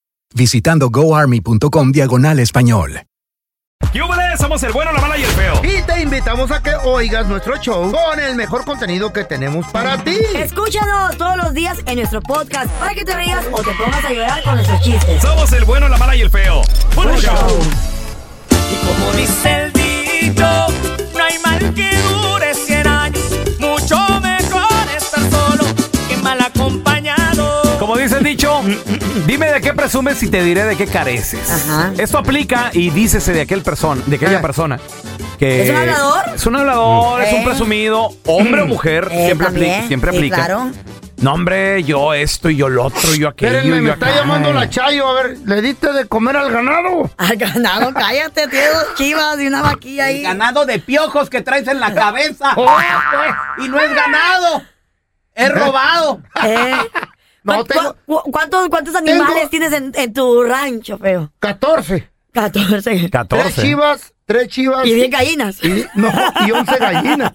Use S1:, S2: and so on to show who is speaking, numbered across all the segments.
S1: Visitando goarmy.com diagonal español.
S2: ¡Yúbales! Somos el bueno, la mala y el feo.
S3: Y te invitamos a que oigas nuestro show con el mejor contenido que tenemos para ti.
S4: Escúchanos todos los días en nuestro podcast para que te rías o te pongas a llorar con nuestros chistes.
S2: Somos el bueno, la mala y el feo. ¡Puro show!
S5: Y como dice el dicho, no hay mal que dure 100 años. Mucho mejor estar solo que mal acompañado.
S2: Como dice el dicho, mm, dime de qué presumes y te diré de qué careces.
S4: Ajá.
S2: Esto aplica y dícese de aquel persona, de aquella
S3: Ah.
S2: persona. Que
S4: ¿Es un hablador?
S2: Es un hablador, es un
S4: Eh.
S2: presumido, hombre o mujer,
S4: Eh,
S2: siempre
S4: también,
S2: aplica, siempre
S4: sí,
S2: aplica.
S4: claro.
S2: No, hombre, yo esto y yo lo otro, y yo aquello,
S3: Espérenme,
S2: y
S3: me
S2: yo
S3: está
S2: acá.
S3: llamando la Chayo. A ver, ¿le diste de comer al ganado?
S4: Al ganado, cállate, tiene dos chivas y una vaquilla ahí. Oh,
S6: Ganado de piojos que traes en la cabeza.
S4: pues.
S6: Y no es ganado. Es robado.
S4: Eh,
S3: No,
S4: ¿cuán-
S3: tengo-
S4: cu- cu- ¿Cuántos, cuántos
S3: Tengo-
S4: animales tienes en, en tu rancho, feo?
S3: 14.
S4: 14.
S3: Tres
S2: 14.
S3: chivas, tres chivas.
S4: Y 10 gallinas.
S3: y- no, y 11 gallinas.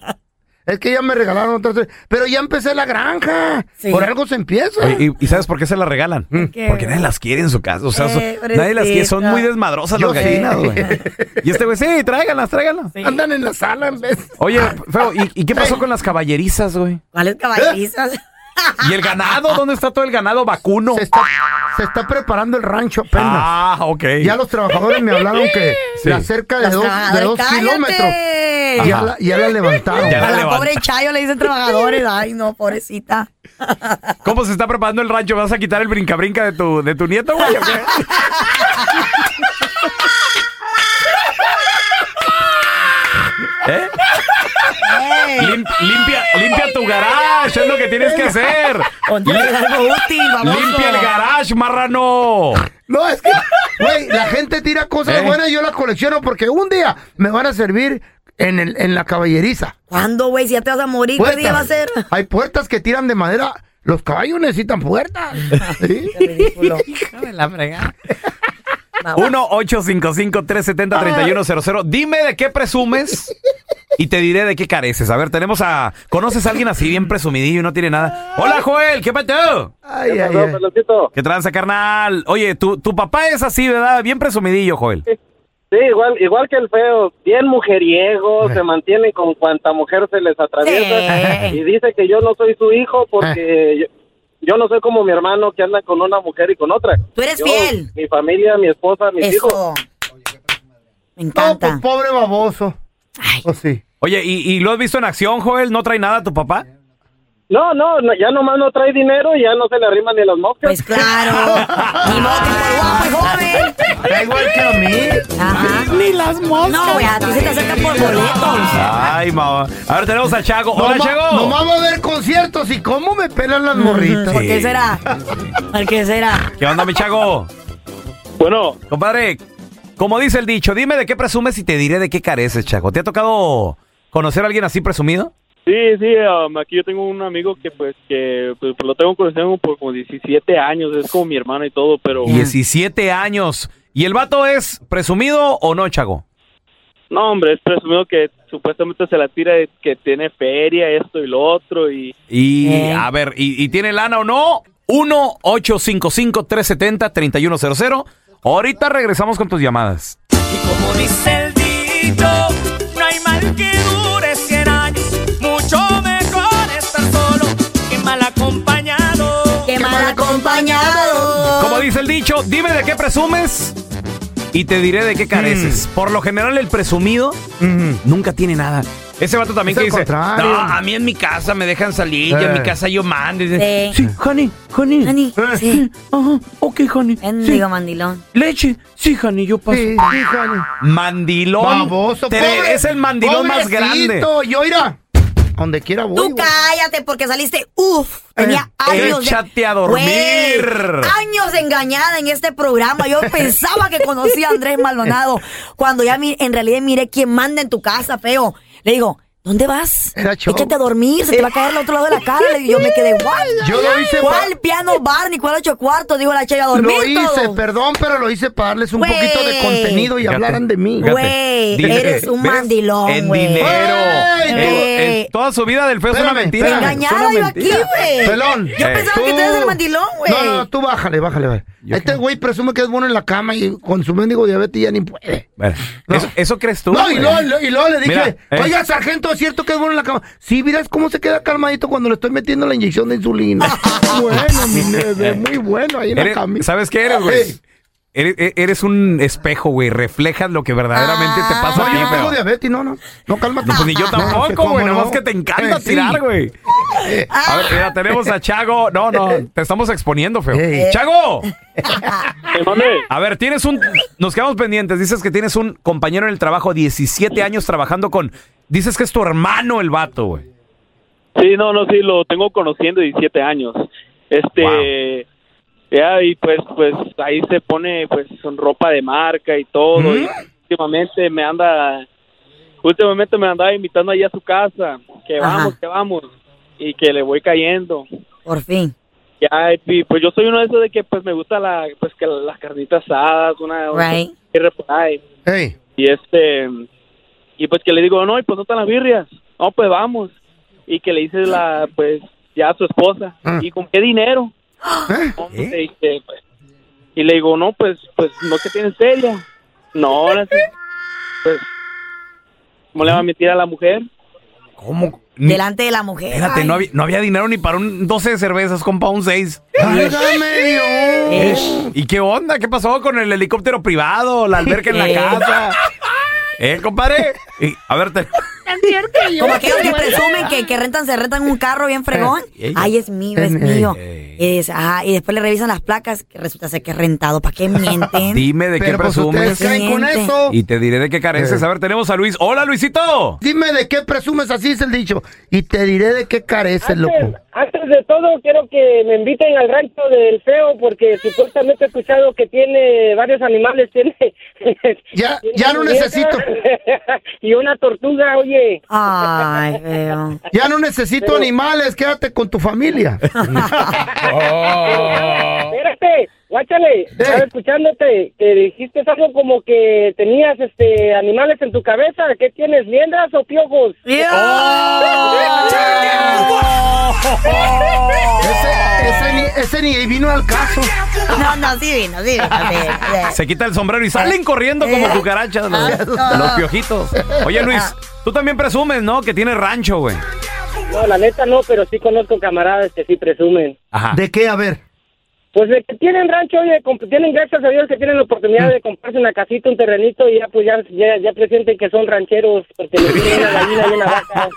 S3: Es que ya me regalaron otras tres. Pero ya empecé la granja.
S4: Sí.
S3: Por algo se empieza.
S2: Oye, ¿Y, y sabes por qué se las regalan? Mm,
S4: qué?
S2: Porque nadie las quiere en su casa. O sea, son-
S4: Eh,
S2: nadie las quiere. Son
S4: pobrecita.
S2: muy desmadrosas
S3: Yo
S2: las gallinas,
S3: sé.
S2: güey. Y este güey, sí, tráiganlas, tráiganlas.
S3: Andan en la sala en vez.
S2: Oye, feo, ¿y, y qué pasó con las caballerizas, güey?
S4: ¿Cuáles caballerizas?
S2: ¿Y el ganado? ¿Dónde está todo el ganado vacuno?
S3: Se está, se está preparando el rancho apenas.
S2: Ah, ok.
S3: Ya los trabajadores me hablaron que
S2: Sí.
S3: la cerca de
S4: Los
S3: dos, de
S4: trabajadores,
S3: dos
S4: cállate.
S3: kilómetros. Ya
S2: Ajá.
S3: la, ya la levantaron.
S2: Ya
S4: A la
S2: levanta.
S4: pobre Chayo le dicen trabajadores. Ay, no, pobrecita.
S2: ¿Cómo se está preparando el rancho? ¿Vas a quitar el brinca-brinca de tu, de tu nieto, güey? o qué? ¿Eh? Lim- limpia, limpia tu garage, es lo que tienes que hacer.
S4: Ponte algo útil, vamos.
S2: Limpia el garage, marrano.
S3: No, es que, güey, la gente tira cosas
S2: Eh.
S3: buenas y yo las colecciono porque un día me van a servir en, el, en la caballeriza.
S4: ¿Cuándo, güey? Si ya te vas a morir, ¿qué día va a ser?
S3: Hay puertas que tiran de madera. Los caballos necesitan puertas. ¿Sí?
S4: Ridículo.
S2: La fregada. 1-855-370-3100. Dime de qué presumes y te diré de qué careces. A ver, tenemos a. ¿Conoces a alguien así bien presumidillo y no tiene nada? Hola, Joel, ¿qué pasó?
S3: Ay, ay, ay.
S2: ¿Qué tranza, carnal? Oye, tu, tu papá es así, ¿verdad? Bien presumidillo, Joel.
S7: Sí, igual, igual que el feo, bien mujeriego, se mantienen con cuanta mujer se les atraviesa
S4: Sí.
S7: y dice que yo no soy su hijo porque yo, yo no soy como mi hermano que anda con una mujer y con otra.
S4: Tú eres
S7: Yo,
S4: fiel.
S7: Mi familia, mi esposa, mis hijos.
S4: Eso. Me
S3: No, pues,
S4: encanta.
S3: pobre baboso. Pues sí.
S2: Oye, ¿y, y lo has visto en acción, Joel? ¿No trae nada tu papá?
S7: No, no, no, ya nomás no trae dinero y ya no se le arriman ni las moscas.
S4: Pues claro. Ni modo que por guapo y joven.
S3: Da igual que a mí.
S4: Ajá. Ni las moscas. No, güey, a ti se te acerca por boletos.
S2: Ay, mamá. A ver, tenemos a Chago.
S3: No
S2: Hola, Chago.
S3: Nomás va a haber conciertos y cómo me pelan las morritas.
S4: Mm, ¿Por
S2: Sí.
S4: qué será? ¿Por qué será?
S2: ¿Qué onda, mi Chago?
S7: Bueno,
S2: Compadre, como dice el dicho, dime de qué presumes y te diré de qué careces, Chaco. ¿Te ha tocado conocer a alguien así presumido?
S7: sí, sí, um, aquí yo tengo un amigo que pues que pues, lo tengo conocido por como 17 años, es como mi hermano y todo, pero...
S2: 17 años. ¿Y el vato es presumido o no, Chago?
S8: No, hombre, es presumido que supuestamente se la tira de que tiene feria, esto y lo otro. Y
S2: Y
S3: Eh.
S2: a ver, ¿y, y tiene lana o no? 1-855-370-3100. Ahorita regresamos con tus llamadas.
S5: Como dice el dicho, no hay mal que dure 100 años. Mucho mejor estar solo que mal acompañado.
S4: Que mal acompañado.
S2: Como dice el dicho, dime de qué presumes y te diré de qué
S3: Mm.
S2: careces. Por lo general, el presumido nunca tiene nada. Ese vato también
S5: Es
S2: que
S5: al
S2: dice,
S5: contrario.
S2: no, a mí en mi casa me dejan salir, y
S5: Eh.
S2: en mi casa yo mando. Y dice,
S4: Sí.
S2: Sí, honey, honey.
S4: Honey, Eh, sí.
S2: Ajá, ok, honey.
S4: Bendigo mandilón.
S2: Leche, sí, honey, yo paso.
S3: Sí, sí, honey.
S2: Mandilón.
S3: Baboso,
S2: Te-
S3: pobre-
S2: es el mandilón más
S3: pobrecito,
S2: grande.
S3: Yo irá. Donde quiera voy.
S4: Tú cállate porque saliste, uff, tenía años de-
S2: Échate a dormir.
S4: Güey, años engañada en este programa. Yo pensaba que conocía a Andrés Maldonado. Cuando ya mi- en realidad miré quién manda en tu casa, feo. Le digo, ¿dónde vas? Échate a dormir, se te va a caer al otro lado de la cara. Le digo, yo me quedé, ¿cuál?
S3: Yo lo hice
S4: ¿Cuál
S3: pa-
S4: piano bar ni cuál ocho cuartos? Digo, la chaya a dormir
S3: Lo hice,
S4: todos.
S3: perdón, pero lo hice para darles un
S4: Güey.
S3: poquito de contenido y
S2: Fíjate,
S3: hablaran de mí.
S2: fíjate. Dile-
S4: eres un
S2: ¿ves?
S4: mandilón,
S2: En
S4: güey.
S2: dinero.
S4: Ey,
S2: en-
S4: güey.
S2: en toda su vida del feo es Eh, una
S3: Espérame,
S2: mentira.
S3: espérame.
S4: Engañada yo aquí, güey.
S3: Pelón.
S4: Yo pensaba que tú eras el mandilón, güey.
S3: No, no, tú bájale, bájale, bájale. Este güey presume que es bueno en la cama y con su mendigo diabetes ya ni puede.
S2: Bueno, eso, eso crees tú.
S3: No, y
S2: güey.
S3: luego, y luego- y luego le dije,
S2: Mira, eh.
S3: oiga, sargento, ¿es cierto que es bueno en la cama? Sí, miras cómo se queda calmadito cuando le estoy metiendo la inyección de insulina. Eh. bueno, mi neve, muy bueno ahí en la
S2: Eres-
S3: cama.
S2: ¿Sabes qué eres, güey?
S3: Ey.
S2: Eres, e- eres un espejo, güey. Reflejas lo que verdaderamente te pasa a
S3: No,
S2: ti,
S3: yo no tengo
S2: feo.
S3: diabetes, no, no. No, cálmate.
S2: No, pues ni yo
S3: No, que
S2: tampoco,
S3: cómo
S2: güey. Nada
S3: no.
S2: más que te encanta
S3: Eh, sí.
S2: tirar, güey. A ver, mira, tenemos a Chago. No, no, te estamos exponiendo, feo.
S3: Ey.
S2: ¡Chago! A ver, tienes un. Nos quedamos pendientes. Dices que tienes un compañero en el trabajo, 17 años trabajando con. Dices que es tu hermano el vato, güey.
S8: Sí, no, no, sí, lo tengo conociendo 17 años. Este, ya, y pues, pues ahí se pone, pues, son ropa de marca y todo.
S7: ¿Mm?
S8: y últimamente me anda, últimamente me andaba invitando allá a su casa, que
S4: Ajá.
S8: vamos, que vamos, y que le voy cayendo.
S4: Por fin.
S8: Ya, y pi- pues yo soy uno de esos de que, pues, me gusta la, pues, que las carnitas asadas, una,
S4: Right.
S8: una birria por ahí.
S3: Ey.
S8: Y este, y pues que le digo, no, y pues no están las birrias. No, pues vamos. Y que le dice la, pues, ya a su esposa. ¿Y con qué dinero? No, pues, le dije, pues, y le digo, no, pues, pues, no que tienes feria. No, ahora sí. Pues, ¿cómo le va a mentir a la mujer?
S2: ¿Cómo? Ni-
S4: Delante de la mujer.
S2: Espérate,
S4: Ay.
S2: no había, no había dinero ni para un 12 de cervezas, compa, un 6.
S3: Válgame Dios.
S2: ¿Y qué onda? ¿Qué pasó con el helicóptero privado? ¿La alberca en la
S3: Eh.
S2: casa? ¿Eh, compadre? Y, a ver, te-
S4: Como aquellos que presumen que, que rentan, se rentan un carro bien fregón.
S2: Ey, ey.
S4: Ay, es mío, es
S2: Ey.
S4: mío. Y, es- ah, y después le revisan las placas, que resulta ser que es rentado. ¿Para qué mienten?
S2: dime de qué
S3: Pero pues ustedes
S2: presumes.
S3: caen con
S4: Presidente.
S3: eso.
S2: Y te diré de qué careces.
S3: Eh.
S2: A ver, tenemos a Luis. ¡Hola, Luisito!
S3: Dime de qué presumes, así es el dicho. Y te diré de qué careces, loco.
S9: Antes de todo, quiero que me inviten al rancho del feo porque supuestamente he escuchado que tiene varios animales. Tiene,
S3: ya,
S9: ya no necesito. y una tortuga, oye.
S4: Ay, feo.
S3: Ya no necesito animales, quédate con tu familia. Oh.
S9: Espérate, guáchale, estaba escuchándote que dijiste algo como que tenías este animales en tu cabeza. ¿Qué tienes, liendras o piojos?
S3: ese, ese ni, ese ni vino al caso.
S4: No, no, sí vino, sí vino. sí vino.
S2: Se quita el sombrero y salen corriendo como
S4: Eh.
S2: cucarachas los,
S4: Ah.
S2: los piojitos. Oye, Luis, tú también presumes, ¿no? Que tienes rancho, güey.
S9: No, la neta no, pero sí conozco camaradas que sí presumen.
S2: Ajá.
S3: ¿De qué? A ver.
S9: Pues de que tienen rancho, oye, comp- tienen gracias a Dios que tienen la
S3: Mm.
S9: oportunidad de comprarse una casita, un terrenito y ya pues ya, ya, ya presienten que son rancheros porque les tienen una gallina y una vaca.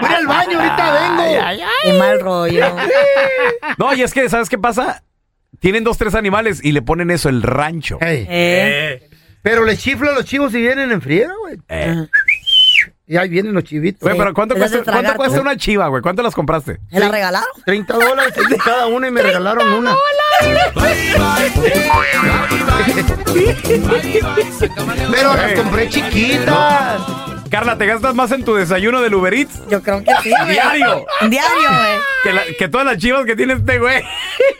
S3: Voy al baño, ahorita vengo.
S4: Qué mal rollo.
S2: No, y es que, ¿sabes qué pasa? Tienen dos, tres animales y le ponen eso, el rancho.
S3: Ey.
S2: Eh.
S3: Pero le chiflan los chivos y vienen en friega, güey. Y ahí vienen los chivitos.
S2: Güey, pero ¿cuánto
S3: Te das de
S2: cuesta, cuánto
S3: tragar,
S2: cuesta
S3: tú.
S2: una chiva, güey? ¿Cuánto las compraste?
S4: ¿Me la regalaron?
S3: 30 dólares de cada una y me regalaron una. Pero las compré chiquitas.
S2: Carla, ¿te gastas más en tu desayuno del Uber Eats?
S4: Yo creo que sí, güey.
S2: Diario.
S4: Diario, güey.
S2: Que, la- que todas las chivas que tiene este güey.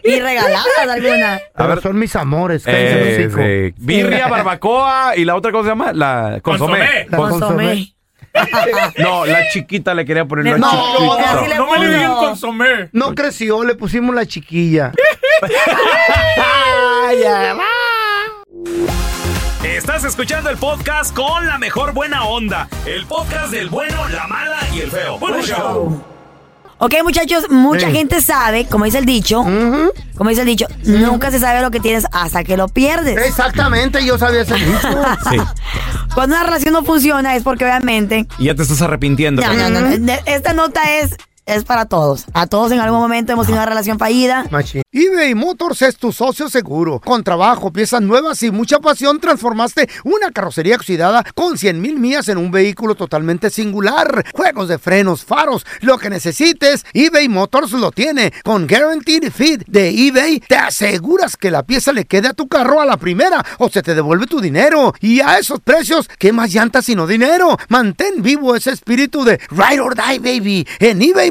S4: Y regaladas alguna.
S3: A ver, son mis amores. cállense
S2: Eh,
S3: los hocico.
S2: sí. birria, barbacoa y la otra, ¿cómo se llama? La consomé.
S3: La consomé.
S2: No, la chiquita le quería poner
S3: No,
S2: la
S3: no,
S2: chiquita.
S3: no, no me le digan consomé. No creció, le pusimos la chiquilla. Ay, ay, ay.
S10: Estás escuchando el podcast con la mejor buena onda. El podcast del bueno, la mala y el feo. Bueno, show.
S4: Ok, muchachos, mucha gente sabe, como dice el dicho, como dice el dicho, nunca se sabe lo que tienes hasta que lo pierdes.
S3: Exactamente, yo sabía ese dicho.
S2: Sí.
S4: Cuando una relación no funciona es porque obviamente...
S2: Y ya te estás arrepintiendo.
S4: No, no, no, no. De- Esta nota es, es para todos. A todos en algún momento hemos tenido una relación fallida.
S3: Machín. eBay Motors es tu socio seguro. Con trabajo, piezas nuevas y mucha pasión, transformaste una carrocería oxidada con 100.000 mil millas en un vehículo totalmente singular. Juegos de frenos, faros, lo que necesites, eBay Motors lo tiene. Con Guaranteed Fit de eBay, te aseguras que la pieza le quede a tu carro a la primera o se te devuelve tu dinero. Y a esos precios, ¿qué más llantas sino dinero? Mantén vivo ese espíritu de Ride or Die, baby, en eBay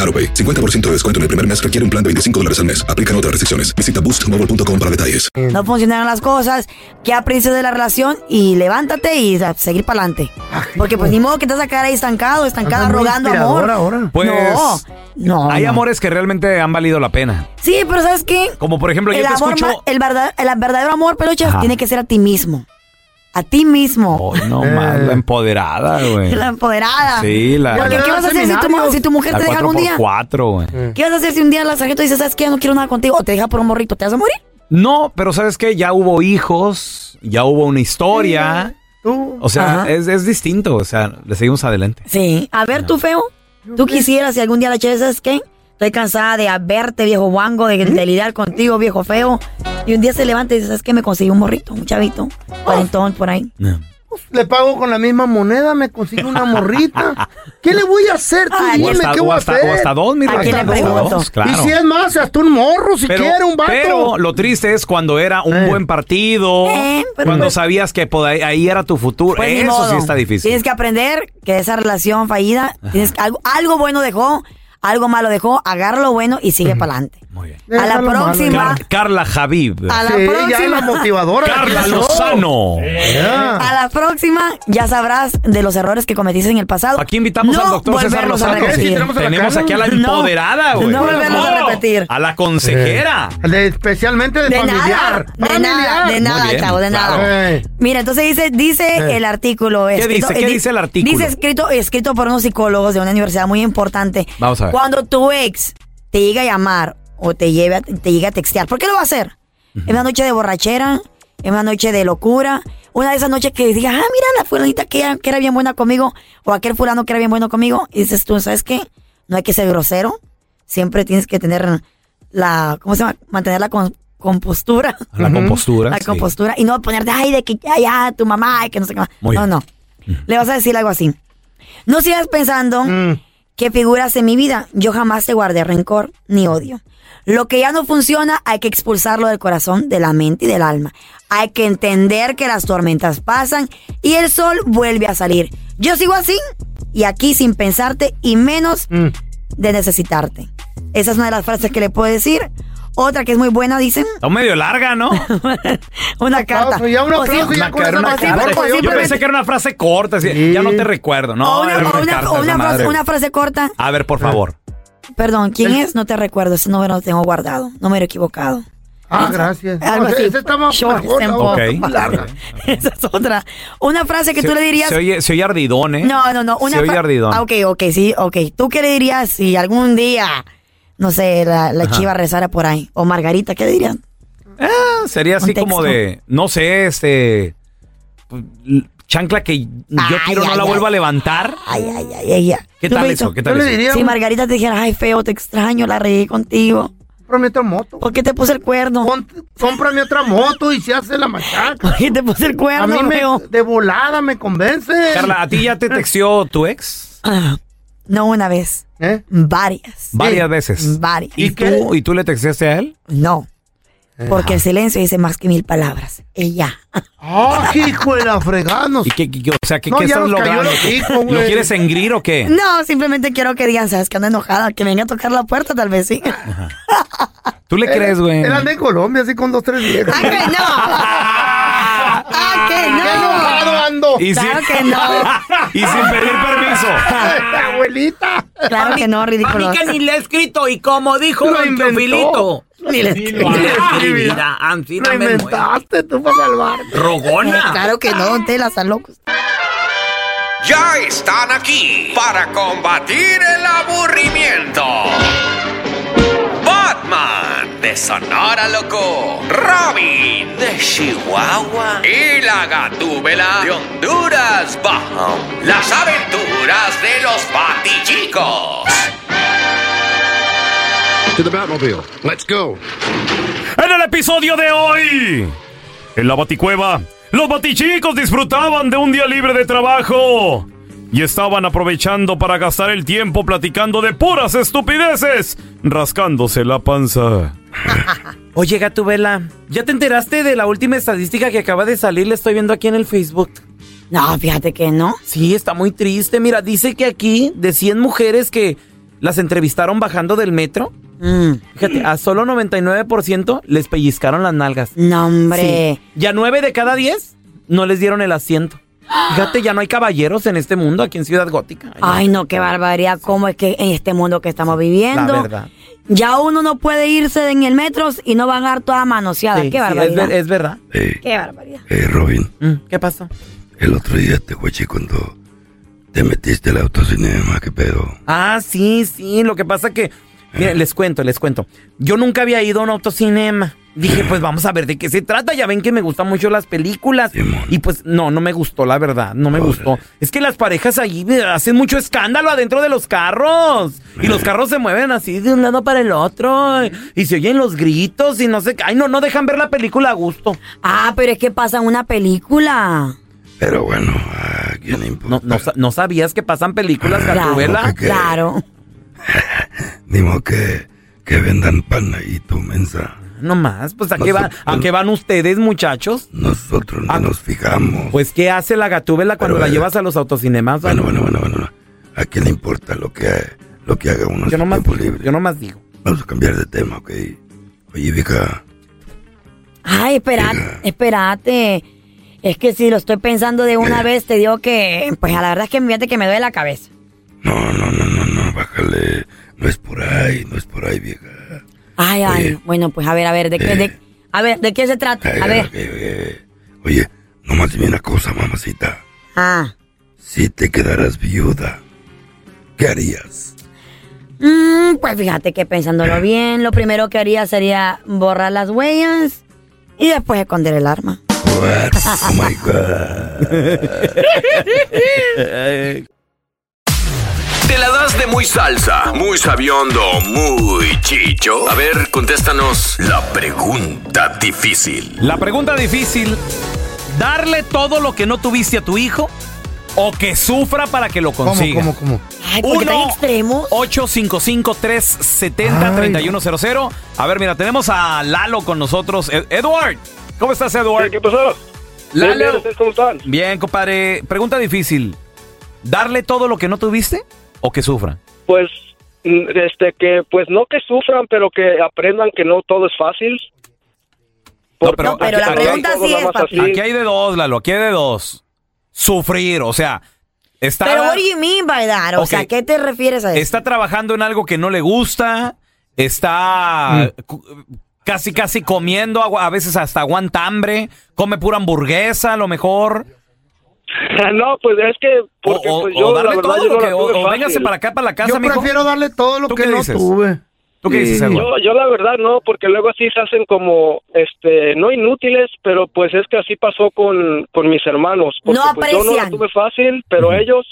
S11: AroPay. 50% de descuento en el primer mes requiere un plan de 25 dólares al mes. Aplican otras restricciones. Visita boostmobile.com para detalles.
S4: No funcionaron las cosas, que aprendes de la relación y levántate y a seguir para adelante. Porque pues ni modo que te vas a quedar ahí estancado, estancada,
S2: Andas muy
S4: rogando amor.
S2: inspiradora ahora. Pues,
S4: no, no.
S2: Hay
S4: no.
S2: amores que realmente han valido la pena.
S4: Sí, pero ¿sabes qué?
S2: Como por ejemplo, yo
S4: el,
S2: te
S4: amor
S2: escucho.
S4: ma- el, verdad- el verdadero amor, peluche,
S2: Ajá. Oh,
S4: tiene que ser a ti mismo. A ti mismo.
S2: No más, la empoderada, güey.
S4: La empoderada.
S2: Sí, la-
S4: Porque, ¿qué vas a hacer si tu, mu- si tu mujer
S2: La
S4: te deja
S2: cuatro
S4: algún
S2: por
S4: día?
S2: Cuatro, güey.
S4: ¿Qué vas a hacer si un día la sargento dice, sabes qué? Ya no quiero nada contigo, o te deja por un morrito, ¿te vas a morir?
S2: No, pero ¿sabes qué? Ya hubo hijos, ya hubo una historia. O sea,
S4: Ajá.
S2: es, es distinto. O sea, le seguimos adelante.
S4: Sí. A ver, tú feo, tú quisieras si algún día la chévere, ¿sabes qué? Estoy cansada de verte, viejo guango, de, de lidiar contigo, viejo feo. Y un día se levanta y dice, ¿sabes qué? Me conseguí un morrito, un chavito, cuarentón, por ahí.
S3: Le pago con la misma moneda, me consigo una morrita. ¿Qué le voy a hacer? Tú
S2: Ay. O
S3: dime,
S2: hasta-
S3: ¿qué
S2: o
S3: voy a
S2: hasta-
S3: hacer?
S2: o hasta dos, mi ¿A rey. quién le
S3: Hasta dos.
S2: pregunto? Claro.
S3: Y si es más, hasta un morro, si
S2: Pero-
S3: quiere, un vato.
S2: Pero lo triste es cuando era un buen partido, cuando sabías que por ahí, ahí era tu futuro.
S4: Eh, Pues, ni
S2: Eso sí
S4: modo.
S2: está difícil.
S4: Tienes que aprender que esa relación fallida, tienes que- algo, algo bueno dejó, algo malo dejó, agarra lo bueno y sigue para adelante. A la
S2: Déjalo malo.
S4: próxima.
S2: Car- Carla Javib.
S4: A la Sí, ya próxima. es la motivadora.
S2: Carla
S4: Ya.
S2: Lozano.
S4: A la próxima ya sabrás de los errores que cometiste en el pasado.
S2: Aquí invitamos
S4: No
S2: al doctor César
S4: volverlos a
S2: Lozano.
S4: repetir.
S2: Sí, tenemos a la Tenemos Carla. aquí a la empoderada,
S4: No,
S2: güey.
S4: no volverlos a
S2: Oh.
S4: repetir.
S2: A la consejera.
S3: De- especialmente de,
S4: De
S3: familiar.
S4: nada, de nada, de nada,
S2: Ah, Muy bien,
S4: chavo, de nada.
S2: claro.
S4: Mira, entonces dice, dice
S2: Eh.
S4: el artículo.
S2: ¿Qué
S4: escrito-
S2: dice? ¿Qué
S4: di-
S2: dice el artículo?
S4: Dice escrito, escrito por unos psicólogos de una universidad muy importante.
S2: Vamos a ver.
S4: Cuando tu ex te llega a llamar o te, lleve a- te llega a textear, ¿por qué lo va a hacer? En una noche de borrachera, en una noche de locura, una de esas noches que digas, ah, mira la fulanita que, era- que era bien buena conmigo, o aquel fulano que era bien bueno conmigo, y dices tú, ¿sabes qué? No hay que ser grosero, siempre tienes que tener la, ¿cómo se llama? Mantener la con- compostura.
S2: La compostura,
S4: La
S2: sí.
S4: compostura. Y no ponerte, ay, de que ya, ya, tu mamá, ay, que no sé qué más.
S2: Muy
S4: no,
S2: bien. Mm.
S4: no. Le vas a decir algo así. No sigas pensando
S2: Mm.
S4: que figuras en mi vida. Yo jamás te guardé rencor ni odio. Lo que ya no funciona hay que expulsarlo del corazón, de la mente y del alma. Hay que entender que las tormentas pasan y el sol vuelve a salir. Yo sigo así y aquí sin
S2: Mm.
S4: pensarte y menos de necesitarte. Esa es una de las frases que le puedo decir. Otra que es muy buena, dicen.
S2: Está medio larga, ¿no?
S4: una carta.
S3: pues ya un
S4: O sí,
S3: aplauso, ya
S4: o
S3: con
S4: sí,
S3: eso
S4: o
S3: nos
S4: sí,
S3: vamos.
S4: o sí,
S2: Yo
S4: pero-
S2: pensé que era una frase corta, así, ya no te recuerdo. No,
S4: o una,
S2: era
S4: o
S2: una
S4: una-
S2: carta,
S4: o
S2: esa
S4: una frase,
S2: madre.
S4: una frase corta.
S2: A ver, por favor.
S4: Perdón, ¿quién es? No te recuerdo. Ese número lo tengo guardado. Número equivocado.
S3: Ah,
S4: Esa-
S3: gracias.
S4: Algo
S3: No, ese-
S4: así.
S3: ese está más-
S4: Short,
S3: mejor,
S4: tempo,
S2: Ok.
S4: más largo. Esa es otra. Una frase que tú le dirías.
S2: Se oye, se oye ardidón, ¿eh?
S4: No, no, no. Una
S2: se oye
S4: fra-
S2: ardidón.
S4: Ah, ok, ok, sí, ok. ¿Tú qué le dirías si algún día, no sé, la, la
S2: Ajá.
S4: chiva rezara por ahí? O Margarita, ¿qué le dirías?
S2: Ah, sería así como de, no sé, este. Chancla que yo tiro, no la vuelvo a levantar.
S4: Ay, ay, ay, ay. ay.
S2: ¿Qué
S4: ¿Tú,
S2: tal
S4: Feito?
S2: eso? ¿Qué tal eso?
S4: Si Margarita te dijera, ay, feo, te extraño, la regué contigo.
S3: Prometo moto.
S4: ¿Por qué te puse el cuerno?
S3: Cómprame otra moto y se hace la machaca.
S4: ¿Por qué te puse el cuerno,
S3: A mí me,
S4: feo?
S3: de volada me convence.
S2: Carla, ¿a ti ya te texteó tu ex?
S4: Ah, No una vez. Varias.
S2: Varias veces.
S4: Varias.
S2: ¿Y, Eh, tú, ¿Y tú le texteaste a él?
S4: No. Porque el silencio dice más que mil palabras. Ella.
S3: ¡Ah, hijo de la fregada!
S2: ¿Y qué, qué- qué- o sea, ¿qué,
S4: No,
S2: qué
S4: ya
S2: estás
S4: nos cayó
S2: logrando?
S4: el hocico,
S2: ¿Lo
S4: güey.
S2: quieres engrir o qué?
S4: No, simplemente quiero que digan, ¿sabes que ando enojada? Que venga a tocar la puerta, tal vez sí.
S2: ¿Tú le crees, güey?
S3: Él anda en Colombia así con dos, tres viejas.
S4: ¡Ay, Ah, que no! ¡Ay, que no!
S3: ¡Qué enojado ando!
S2: Y
S4: Claro
S2: sin-
S4: que no.
S2: y sin pedir permiso.
S3: ¡Abuelita!
S4: Claro que no, ridículo.
S6: A mí que ni le he escrito y como dijo
S3: Lo
S6: don
S3: inventó.
S6: Teofilito.
S4: Ni le
S6: Ni
S4: escribí.
S6: le
S3: escribí.
S6: escribí, mira, así
S3: Lo
S6: no me muero.
S3: inventaste tú para salvarte.
S6: Rogona.
S4: Claro que no, don Tela, está loco.
S12: Ya están aquí para combatir el aburrimiento. Batman de Sonora Loco, Robin de Chihuahua y la Gatúbela de Honduras Bajo. Las aventuras de los Batichicos.
S13: To the Batmobile. Let's go.
S10: En el episodio de hoy, en la Baticueva, los batichicos disfrutaban de un día libre de trabajo y estaban aprovechando para gastar el tiempo platicando de puras estupideces, rascándose la panza.
S6: Oye, Gatubela, ¿ya te enteraste de la última estadística que acaba de salir? La estoy viendo aquí en el Facebook.
S4: No, fíjate que no.
S6: Sí, está muy triste. Mira, dice que aquí de 100 mujeres que las entrevistaron bajando del metro,
S4: Mm.
S6: fíjate, a solo 99% les pellizcaron las nalgas.
S4: No, hombre.
S6: Sí. Y a 9 de cada 10 no les dieron el asiento. Fíjate, ya no hay caballeros en este mundo aquí en Ciudad Gótica.
S4: Ay, no, qué barbaridad. ¿Cómo es que en este mundo que estamos viviendo?
S6: La verdad.
S4: Ya uno no puede irse en el metro y no van a dar toda manoseada.
S6: Sí, sí,
S4: Ah, qué
S6: es
S4: barbaridad.
S6: ver- es verdad. Mm.
S4: Qué barbaridad.
S14: Eh, Robin,
S6: ¿Qué pasó?
S14: el otro día te guaché cuando te metiste al autocinema, qué pedo.
S6: Ah, sí, sí. Lo que pasa que. Mira, les cuento, les cuento. Yo nunca había ido a un autocinema. Dije, pues vamos a ver de qué se trata. Ya ven que me gustan mucho las películas. Y pues no, no me gustó, la verdad. No me gustó. Es que las parejas allí eh, hacen mucho escándalo adentro de los carros. Y los carros se mueven así de un lado para el otro. Y, y se oyen los gritos y no sé qué. Ay, no, no dejan ver la película a gusto.
S4: Ah, pero es que pasa una película.
S6: Pero bueno, no, no, no sa- no sabías que pasan películas, Gatubela?
S4: Claro.
S14: Ni modo que, que vendan pan ahí, tu mensa.
S6: No más, pues ¿a qué, van, ¿a qué van ustedes, muchachos?
S14: Nosotros
S6: Ah.
S14: no nos fijamos.
S6: Pues ¿qué hace la gatúbela cuando la llevas a los autocinemas? Bueno, bueno,
S14: bueno, bueno. ¿A quién le importa lo que, lo que haga uno?
S6: Yo nomás digo, yo nomás digo.
S14: Vamos a cambiar de tema, ¿ok? Oye, vieja,
S4: Ay, espérate, espérate. Es que si lo estoy pensando de una vez, te digo que, pues a la verdad es que fíjate que me duele la cabeza.
S14: bájale. No es por ahí, no es por ahí, vieja.
S4: Ay, ay.
S14: Oye.
S4: Bueno, pues a ver, a ver, ¿de qué, de, a ver, ¿de qué se trata? A ver.
S14: Oye, oye, eh. oye, nomás dime una cosa, mamacita.
S4: Ah.
S14: Si te quedaras viuda, ¿qué harías?
S4: Mm, pues fíjate que pensándolo bien, lo primero que haría sería borrar las huellas y después esconder el arma.
S14: What? Oh my God.
S12: ¿Te la das de muy salsa, muy sabiondo, muy chicho? A ver, contéstanos la pregunta difícil.
S2: La pregunta difícil, ¿darle todo lo que no tuviste a tu hijo o que sufra para que lo consiga?
S3: ¿Cómo, cómo, cómo?
S4: Ay, porque tan extremos.
S2: 855-370-3100. A ver, mira, tenemos a Lalo con nosotros. Ed- Edward, ¿cómo estás, Edward? ¿Qué pasó?
S8: Bien, bien, ¿ustedes
S2: ¿cómo están? Bien, compadre. Pregunta difícil. ¿Darle todo lo que no tuviste o que sufra?
S8: Pues
S7: Mm, Este, que pues no que sufran, pero que aprendan que no todo es fácil.
S2: No,
S7: pero la pregunta sí es, papi.
S2: Aquí hay de dos, Lalo, aquí hay de dos. Sufrir, o sea, está,
S4: Pero what do you mean by that? O
S2: Ok.
S4: sea, ¿qué te refieres a eso?
S2: está trabajando en algo que no le gusta, está cu- casi casi comiendo, agua- a veces hasta aguanta hambre, come pura hamburguesa a lo mejor. Oh,
S7: No, pues es que porque
S2: o,
S7: pues
S2: o
S7: yo la
S2: darle
S7: verdad
S2: todo
S7: yo
S2: lo
S7: no
S2: que,
S7: la
S2: o,
S7: tuve
S2: o
S7: fácil.
S2: véngase para acá, para la casa,
S7: Yo
S2: mijo.
S7: prefiero
S3: darle todo lo
S2: ¿Tú qué dices? ¿Tú qué dices, Eduardo?
S7: yo, yo la verdad no, porque luego así se hacen como, este, no inútiles, pero pues es que así pasó con, con mis hermanos. Porque
S4: No
S7: pues yo no la
S4: aprecian.
S7: tuve fácil, pero ellos,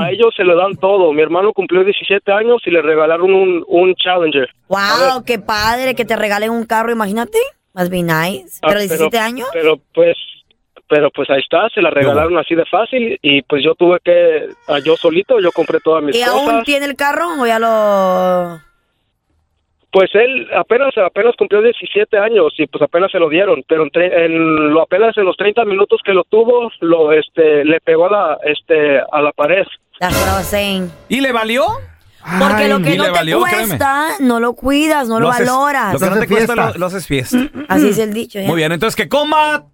S7: a ellos se le dan todo. Mi hermano cumplió 17 años y le regalaron un, un Challenger.
S4: Wow, qué padre que te regalen un carro, imagínate. Must be nice.
S7: Ah,
S4: Pero 17 años.
S7: Pero pues, pero pues ahí está, se la regalaron así de fácil y pues yo tuve que, ah, yo solito, yo compré todas mis
S4: ¿Y aún
S7: cosas.
S4: tiene el carro o ya lo...?
S7: Pues él apenas apenas cumplió 17 años y pues apenas se lo dieron, pero en, tre- en lo apenas en los 30 minutos que lo tuvo, lo este le pegó a la este a la pared.
S4: That's what I was saying.
S2: ¿Y le valió?
S4: Porque
S7: Ay,
S4: lo que
S7: ¿y
S4: no
S7: le
S4: te
S7: valió?
S4: cuesta, no lo cuidas, no lo
S2: haces-
S4: valoras. Mm,
S2: Lo que no te cuesta, lo, lo haces fiesta.
S4: Así es el dicho, ¿eh?
S2: Muy bien, entonces que coma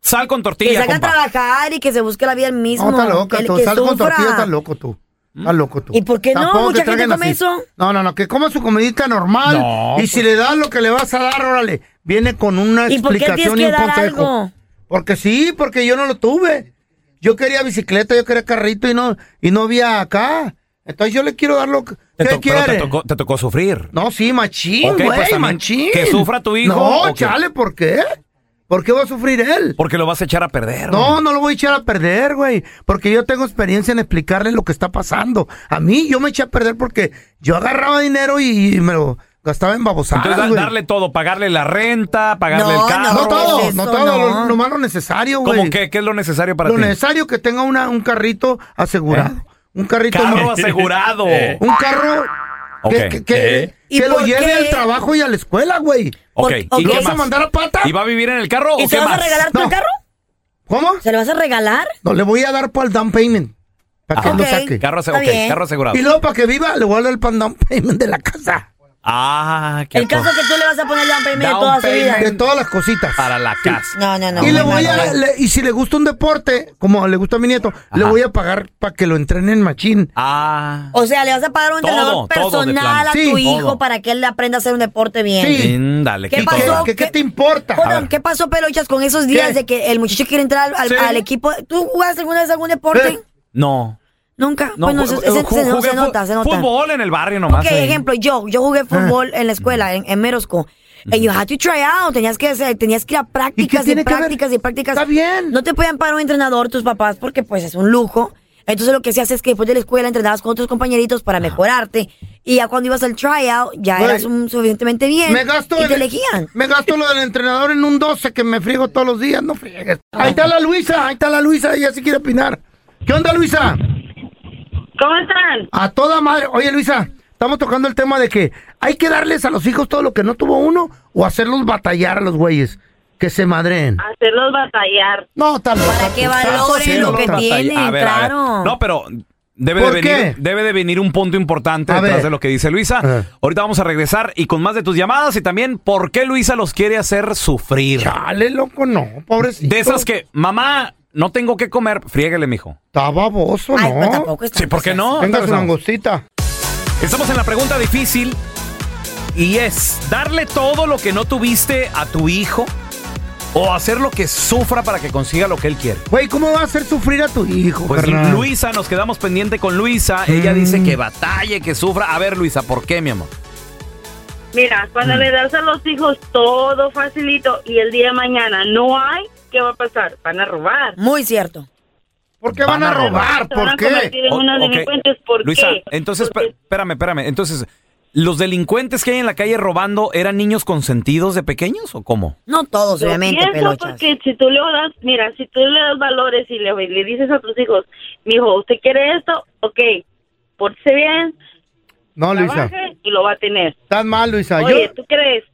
S2: sal con
S4: Que
S2: tortilla,
S4: salga a
S2: compa.
S4: trabajar y que se busque la vida el mismo.
S3: No, está loca,
S4: El
S3: tú.
S4: que
S3: Sal con
S4: sufra. ¿Mm?
S3: tortilla, estás loco tú. Estás loco tú.
S4: ¿Y por qué no?
S3: Tampoco
S4: Mucha
S3: que
S4: gente
S3: traigan
S4: come
S3: así.
S4: eso.
S3: No, no, no, que coma su comidita normal.
S2: No,
S3: y
S2: pues.
S3: si le das lo que le vas a dar, órale, viene con una
S4: ¿Y por qué tienes
S3: explicación
S4: que
S3: y un
S4: dar
S3: consejo.
S4: algo?
S3: Porque sí, porque yo no lo tuve. Yo quería bicicleta, yo quería carrito y no y no había acá. Entonces yo le quiero dar lo
S2: Te
S3: que ¿qué
S2: to- pero te
S3: quiere?
S2: tocó, te tocó sufrir.
S3: No, sí, machín,
S2: Ok, pues
S3: güey,
S2: también
S3: machín.
S2: que sufra tu hijo,
S3: No,
S2: ¿o qué?
S3: chale, ¿por qué? ¿Por qué va a sufrir él?
S2: Porque lo vas a echar a perder.
S3: No, no lo voy a echar a perder, güey. Porque yo tengo experiencia en explicarle lo que está pasando. A mí yo me eché a perder porque yo agarraba dinero y, y me lo gastaba en
S2: Entonces, da-
S3: babosadas, güey.
S2: darle todo, pagarle la renta, pagarle el carro.
S3: no todo, no todo, lo, lo más lo necesario, güey.
S2: ¿Cómo qué? ¿Qué es lo necesario para
S3: Lo
S2: ti? ¿Eh?
S3: necesario que tenga una, un carrito asegurado. Un carrito
S2: Carro
S3: más-
S2: asegurado.
S3: Un carro
S2: Ok.
S3: que, que- que-
S2: Eh.
S3: que
S2: ¿Y
S3: lo
S2: por
S3: lleve
S2: qué?
S3: al trabajo y a la escuela, güey.
S2: Ok, ¿y
S3: ¿Lo
S2: qué
S3: vas a
S2: más?
S3: mandar a pata?
S2: ¿Y va a vivir en el carro
S4: ¿Y
S2: o qué
S4: te vas
S2: más?
S4: a regalar tu carro?
S3: ¿Cómo?
S4: ¿Se lo vas a regalar?
S3: No, le voy a dar para el down payment. Para que
S2: Ajá.
S3: lo
S2: Ah. Ok.
S3: saque.
S2: Carro ase- Está ok, bien. carro asegurado.
S3: Y luego para que viva, le voy a dar el pan down payment de la casa.
S2: Ah, qué
S4: El caso es que tú le vas a poner down payment de
S3: Down
S4: toda su vida.
S3: payment. De todas las cositas.
S2: Para la casa.
S4: No, no, no.
S3: y, le
S4: muy
S3: voy
S4: mal,
S3: a,
S4: muy mal.
S3: le- y si le gusta un deporte, como le gusta a mi nieto, le voy a pagar para que lo entrenen machín.
S2: Ah.
S4: O sea, le vas a pagar un
S3: Todo,
S4: entrenador
S3: todo de
S4: personal
S3: plano.
S4: a
S3: Sí.
S4: tu hijo
S3: Todo.
S4: para que él aprenda a hacer un deporte bien.
S2: Ándale,
S4: ¿Qué
S2: qué
S4: pasó?
S2: cosa.
S3: ¿Qué, qué te importa?
S4: Jodan, ¿qué pasó, Pelochas, con esos días de que el muchacho quiere entrar al,
S2: Sí.
S4: al equipo? ¿Tú jugaste alguna vez algún deporte?
S2: No.
S4: Nunca.
S2: No,
S4: bueno,
S2: ju- eh,
S4: se, se-
S2: ju-
S4: se- no-
S2: jugué
S4: se nota, se
S2: fu-
S4: nota.
S2: Fútbol en el barrio nomás.
S4: Ok,
S2: ahí.
S4: ejemplo, yo, yo
S3: Eh.
S4: jugué fútbol en la escuela, en, en Merosco. And you had to try out, tenías que, hacer- tenías que ir a prácticas y,
S3: tiene que ver?
S4: prácticas y prácticas.
S3: Está bien.
S4: No te podían pagar un entrenador tus papás porque pues es un lujo. Entonces lo que se hace es que después de la escuela entrenabas con otros compañeritos para mejorarte. Y ya cuando ibas al tryout, ya
S3: Güey,
S4: eras un- suficientemente bien.
S3: Me gasto,
S4: y te
S3: el-
S4: elegían.
S3: me gasto lo del entrenador en un 12 que me friego todos los días. No friegues.
S4: Ah.
S3: Ahí está la Luisa, ahí está la Luisa, ella sí quiere opinar. ¿Qué onda, Luisa?
S15: ¿Cómo están?
S3: A toda madre. Oye, Luisa, estamos tocando el tema de que hay que darles a los hijos todo lo que no tuvo uno o hacerlos batallar a los güeyes. Que se madreen.
S15: Hacerlos batallar.
S3: No, tal
S4: Para que
S2: Ah, Sí,
S4: valoren lo
S2: no,
S4: que
S2: no,
S4: tienen,
S2: batalla. A ver, a ver.
S4: claro.
S2: No, pero debe de,
S3: ¿Por
S2: venir, debe de venir un punto importante detrás
S3: ver.
S2: de lo que dice Luisa. Ahorita vamos a regresar y con más de tus llamadas y también por qué Luisa los quiere hacer sufrir.
S3: Chale, loco, no, pobrecito.
S2: De esas que, mamá, no tengo que comer, friéguele, mijo.
S3: Está baboso, ¿no?
S2: Sí, ¿por qué no?
S3: Venga su
S2: Regresamos.
S3: langostita.
S2: Estamos en la pregunta difícil y es darle todo lo que no tuviste a tu hijo o hacer lo que sufra para que consiga lo que él quiere.
S3: Güey, ¿cómo va a hacer sufrir a tu hijo,
S2: Pues
S3: carnal?
S2: Luisa, nos quedamos pendiente con Luisa.
S3: Mm.
S2: Ella dice que batalle, que sufra. A ver, Luisa, ¿por qué, mi amor?
S15: Mira, cuando le das a los hijos todo facilito y el día de mañana no hay, ¿qué va a pasar? Van a robar.
S4: Muy cierto.
S3: ¿Por qué van a robar?
S15: Se van a
S3: ¿Por qué?
S15: convertir en
S2: O-
S15: unos
S2: ok.
S15: delincuentes. ¿Por
S2: Luisa,
S15: qué?
S2: entonces, espé- espérame, espérame. Entonces, ¿los delincuentes que hay en la calle robando eran niños consentidos de pequeños o cómo?
S4: No todos,
S15: Yo
S4: obviamente,
S15: pienso
S4: Pelochas.
S15: porque si tú le das, mira, si tú le das valores y le, le dices a tus hijos, mi hijo, ¿usted quiere esto? Ok, pórtese bien,
S3: No, Luisa.
S15: trabaje y lo va a tener.
S3: Estás mal, Luisa.
S15: Oye,
S3: yo,
S15: ¿tú crees?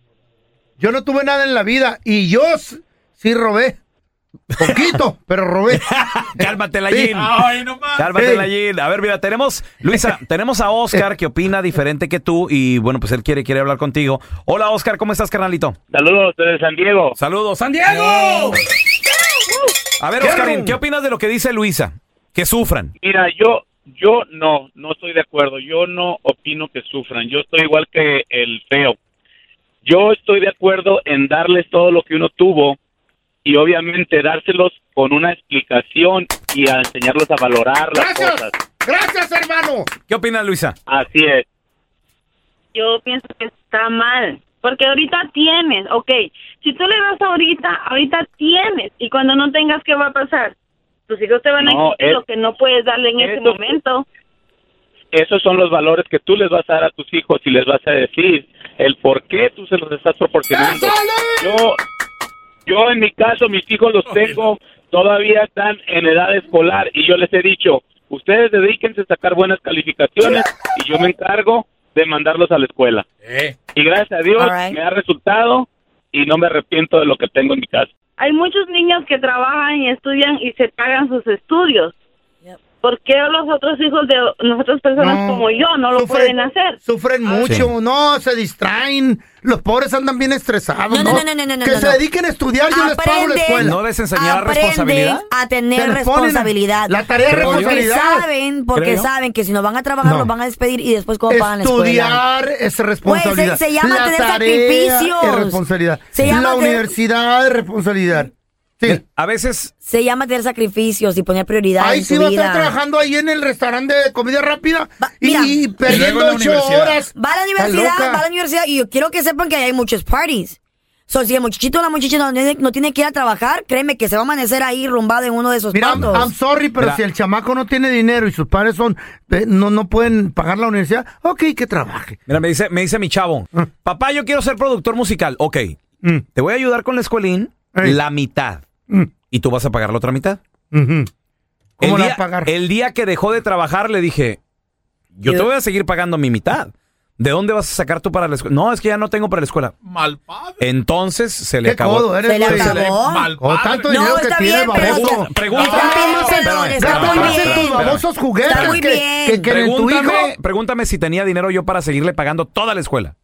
S3: yo no tuve nada en la vida y yo s- sí robé. Poquito, pero robé.
S2: Cálmate, la
S3: Sí.
S2: Jin.
S3: Ay, no mames.
S2: Cálmate,
S3: Sí.
S2: la Jin. A ver, mira, tenemos, Luisa, tenemos a Oscar que opina diferente que tú y bueno, pues él quiere, quiere hablar contigo. Hola, Oscar, ¿cómo estás, carnalito?
S8: Saludos desde San Diego.
S2: Saludos, San Diego. A ver, Oscarín, ¿qué opinas de lo que dice Luisa? Que sufran.
S8: Mira, yo yo no, no estoy de acuerdo. Yo no opino que sufran. Yo estoy igual que el feo. Yo estoy de acuerdo en darles todo lo que uno tuvo y obviamente dárselos con una explicación y a enseñarlos a valorar las cosas.
S3: Gracias, hermano.
S2: ¿Qué opinas, Luisa?
S8: Así es.
S15: yo pienso que está mal. Porque ahorita tienes, ok, si tú le das ahorita, ahorita tienes. Y cuando no tengas, ¿qué va a pasar? Tus hijos te van
S8: No,
S15: a quitar
S8: es-
S15: lo que no puedes darle en ese
S8: eso-
S15: momento.
S8: Esos son los valores que tú les vas a dar a tus hijos y les vas a decir el por qué tú se los estás proporcionando. Yo, yo en mi caso, mis hijos los tengo, todavía están en edad escolar y yo les he dicho, ustedes dedíquense a sacar buenas calificaciones y yo me encargo de mandarlos a la escuela. Y gracias a Dios
S15: Alright.
S8: me ha resultado y no me arrepiento de lo que tengo en mi casa.
S15: Hay muchos niños que trabajan y estudian y se pagan sus estudios. ¿Por qué los otros hijos de nosotras personas
S3: No.
S15: como yo no lo
S3: Sufren-
S15: pueden hacer?
S3: Sufren mucho, no, se distraen. Los pobres andan bien estresados, ¿no?
S4: no, no, no, no, no,
S3: que
S4: no,
S3: se
S4: no.
S3: dediquen a estudiar, yo les pago la
S4: Aprenden,
S3: escuela.
S2: ¿No les enseñará
S4: aprenden
S2: responsabilidad?
S4: a
S3: Se
S4: tener
S3: les ponen
S4: responsabilidad.
S3: la tarea de Creo yo. responsabilidad.
S4: Porque saben, porque
S3: Creo yo.
S4: saben que si no van a trabajar,
S3: No.
S4: los van a despedir y después cómo pagan la escuela.
S3: Estudiar es responsabilidad.
S4: Güey, se- se llama
S3: la
S4: tener
S3: tarea
S4: sacrificios.
S3: Es responsabilidad.
S4: Se llama
S3: la
S4: tener-
S3: universidad es responsabilidad. Sí.
S2: A veces.
S4: Se llama tener sacrificios y poner prioridades
S3: Ahí
S4: en
S3: sí
S4: tu
S3: va a
S4: vida.
S3: estar trabajando ahí en el restaurante de comida rápida y, y
S4: Y luego
S3: perdiendo
S4: en la
S3: ocho
S4: universidad.
S3: horas.
S4: Va a la
S3: Está
S4: universidad,
S3: loca.
S4: va a la universidad y yo quiero que sepan que ahí hay muchos parties. So, si el muchachito o la muchacha no, tiene- no tiene que ir a trabajar, créeme que se va a amanecer ahí rumbado en uno de esos
S3: Mira, I'm,
S4: puntos.
S3: I'm sorry, pero
S4: Mira.
S3: si el chamaco no tiene dinero y sus padres son eh, no no pueden pagar la universidad, ok, que trabaje. Ah.
S2: Mira, me dice, me dice mi chavo, papá, yo quiero ser productor musical. Ok,
S3: Mm.
S2: te voy a ayudar con la escuelín la mitad. ¿Y tú vas a pagar la otra mitad?
S3: ¿Cómo
S2: el
S3: la
S2: día, pagar? El día que dejó de trabajar le dije, yo te voy a seguir pagando mi mitad. ¿De dónde vas a sacar tú para la escuela? No, es que ya no tengo para la escuela.
S16: Mal
S2: Entonces se le
S3: Qué
S2: acabó.
S3: codo eres, Se le güey. acabó. O tanto dinero que tiene, baboso. Está bien, pelón, está muy bien. Babosos juguetes Está muy que- bien. que- que en tu hijo-
S2: Pregúntame- Pregúntame si tenía dinero yo para seguirle pagando toda la escuela.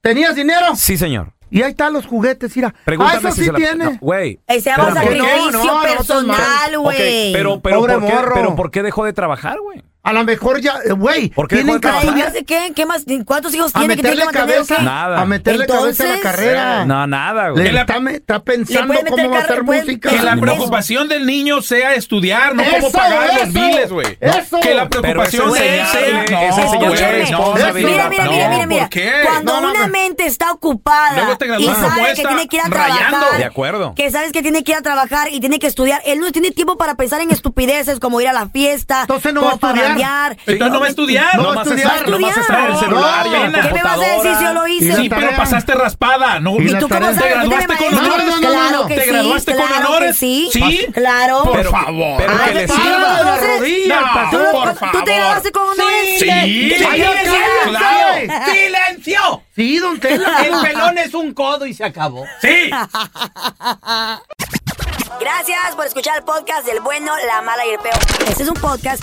S3: ¿Tenías dinero?
S2: Sí, señor.
S3: Y ahí están los juguetes, mira.
S2: Pregúntame
S3: ah, eso
S2: si
S3: sí
S2: se la-
S3: tiene.
S2: no, güey.
S4: Ese llama
S2: Pero ¿por qué?
S4: sacrificio
S3: no, no, eso es malo.
S4: personal,
S3: Ok,
S4: güey.
S2: Pero, pero,
S3: Pobre
S2: ¿por qué,
S3: morro.
S2: pero ¿por qué dejó de trabajar, güey?
S3: A lo mejor ya, eh,
S2: qué
S3: güey,
S2: dejó
S3: tienen
S2: de
S3: que
S2: trabajar?
S3: estudiar-
S4: ¿Hace qué? ¿Qué más? ¿Cuántos hijos
S3: A
S4: tiene que tiene que
S3: meterle
S4: mantener? o
S3: cabeza.
S4: qué?
S2: Nada.
S3: A meterle cabeza a la carrera.
S2: No, nada,
S3: Le
S2: güey.
S3: está, me- está pensando
S4: puede meter
S3: cómo va a
S4: carro,
S3: ser
S4: puede-
S3: música.
S16: Que la preocupación del niño sea estudiar, no cómo
S3: Eso,
S16: pagar los
S3: eso,
S16: biles, güey. No,
S3: eso.
S16: Que la
S3: Pero
S16: preocupación
S3: eso es
S16: de él sea.
S3: enseñarle, es enseñarle
S16: güey,
S4: Mira,
S3: responsabilidad.
S4: mira, mira, mira,
S16: No,
S4: mira.
S16: ¿por qué?
S4: Cuando
S16: No, no,
S4: una
S16: no.
S4: mente está ocupada
S16: Luego te
S4: y
S16: gradúas como
S4: sabe que
S16: esta,
S4: tiene que ir a
S16: rayando.
S4: trabajar,
S16: De acuerdo.
S4: que sabes que tiene que ir a trabajar y tiene que estudiar, él no tiene tiempo para pensar en estupideces como ir a la fiesta,
S3: Entonces no va a
S4: como
S3: estudiar.
S4: parrandear.
S16: Entonces no va a estudiar.
S3: No va a estudiar.
S16: No vas a estar en el celular. y en la
S4: ¿Qué me vas a
S16: computadora.
S4: decir si yo lo hice?
S16: Sí, pero pasaste raspada. No,
S3: ¿Y
S16: Te
S3: tú cómo sabes?
S16: graduaste
S3: Dime,
S16: con
S3: maestro.
S16: honores.
S3: No, no, no,
S16: Claro
S3: no.
S16: que
S3: ¿Te
S16: sí,
S3: graduaste
S16: con
S4: claro
S16: honores?
S4: que sí.
S16: Sí.
S4: Claro.
S16: Por favor.
S4: Pero
S16: Ay,
S4: que le
S16: para
S4: sirva.
S16: de la
S4: Entonces,
S16: rodilla,
S4: no.
S16: pasó,
S4: ¿Tú-
S16: por
S4: tú te
S16: favor.
S4: graduaste con honores?
S16: Sí.
S4: Sí.
S16: Sí,
S4: Ay,
S16: claro.
S4: cállate.
S16: Claro. ¡Silencio!
S3: Sí, don Tela.
S16: El pelón es un codo y se acabó. ¡Sí!
S4: Gracias por escuchar el podcast del bueno, la mala y el peor. Este es un podcast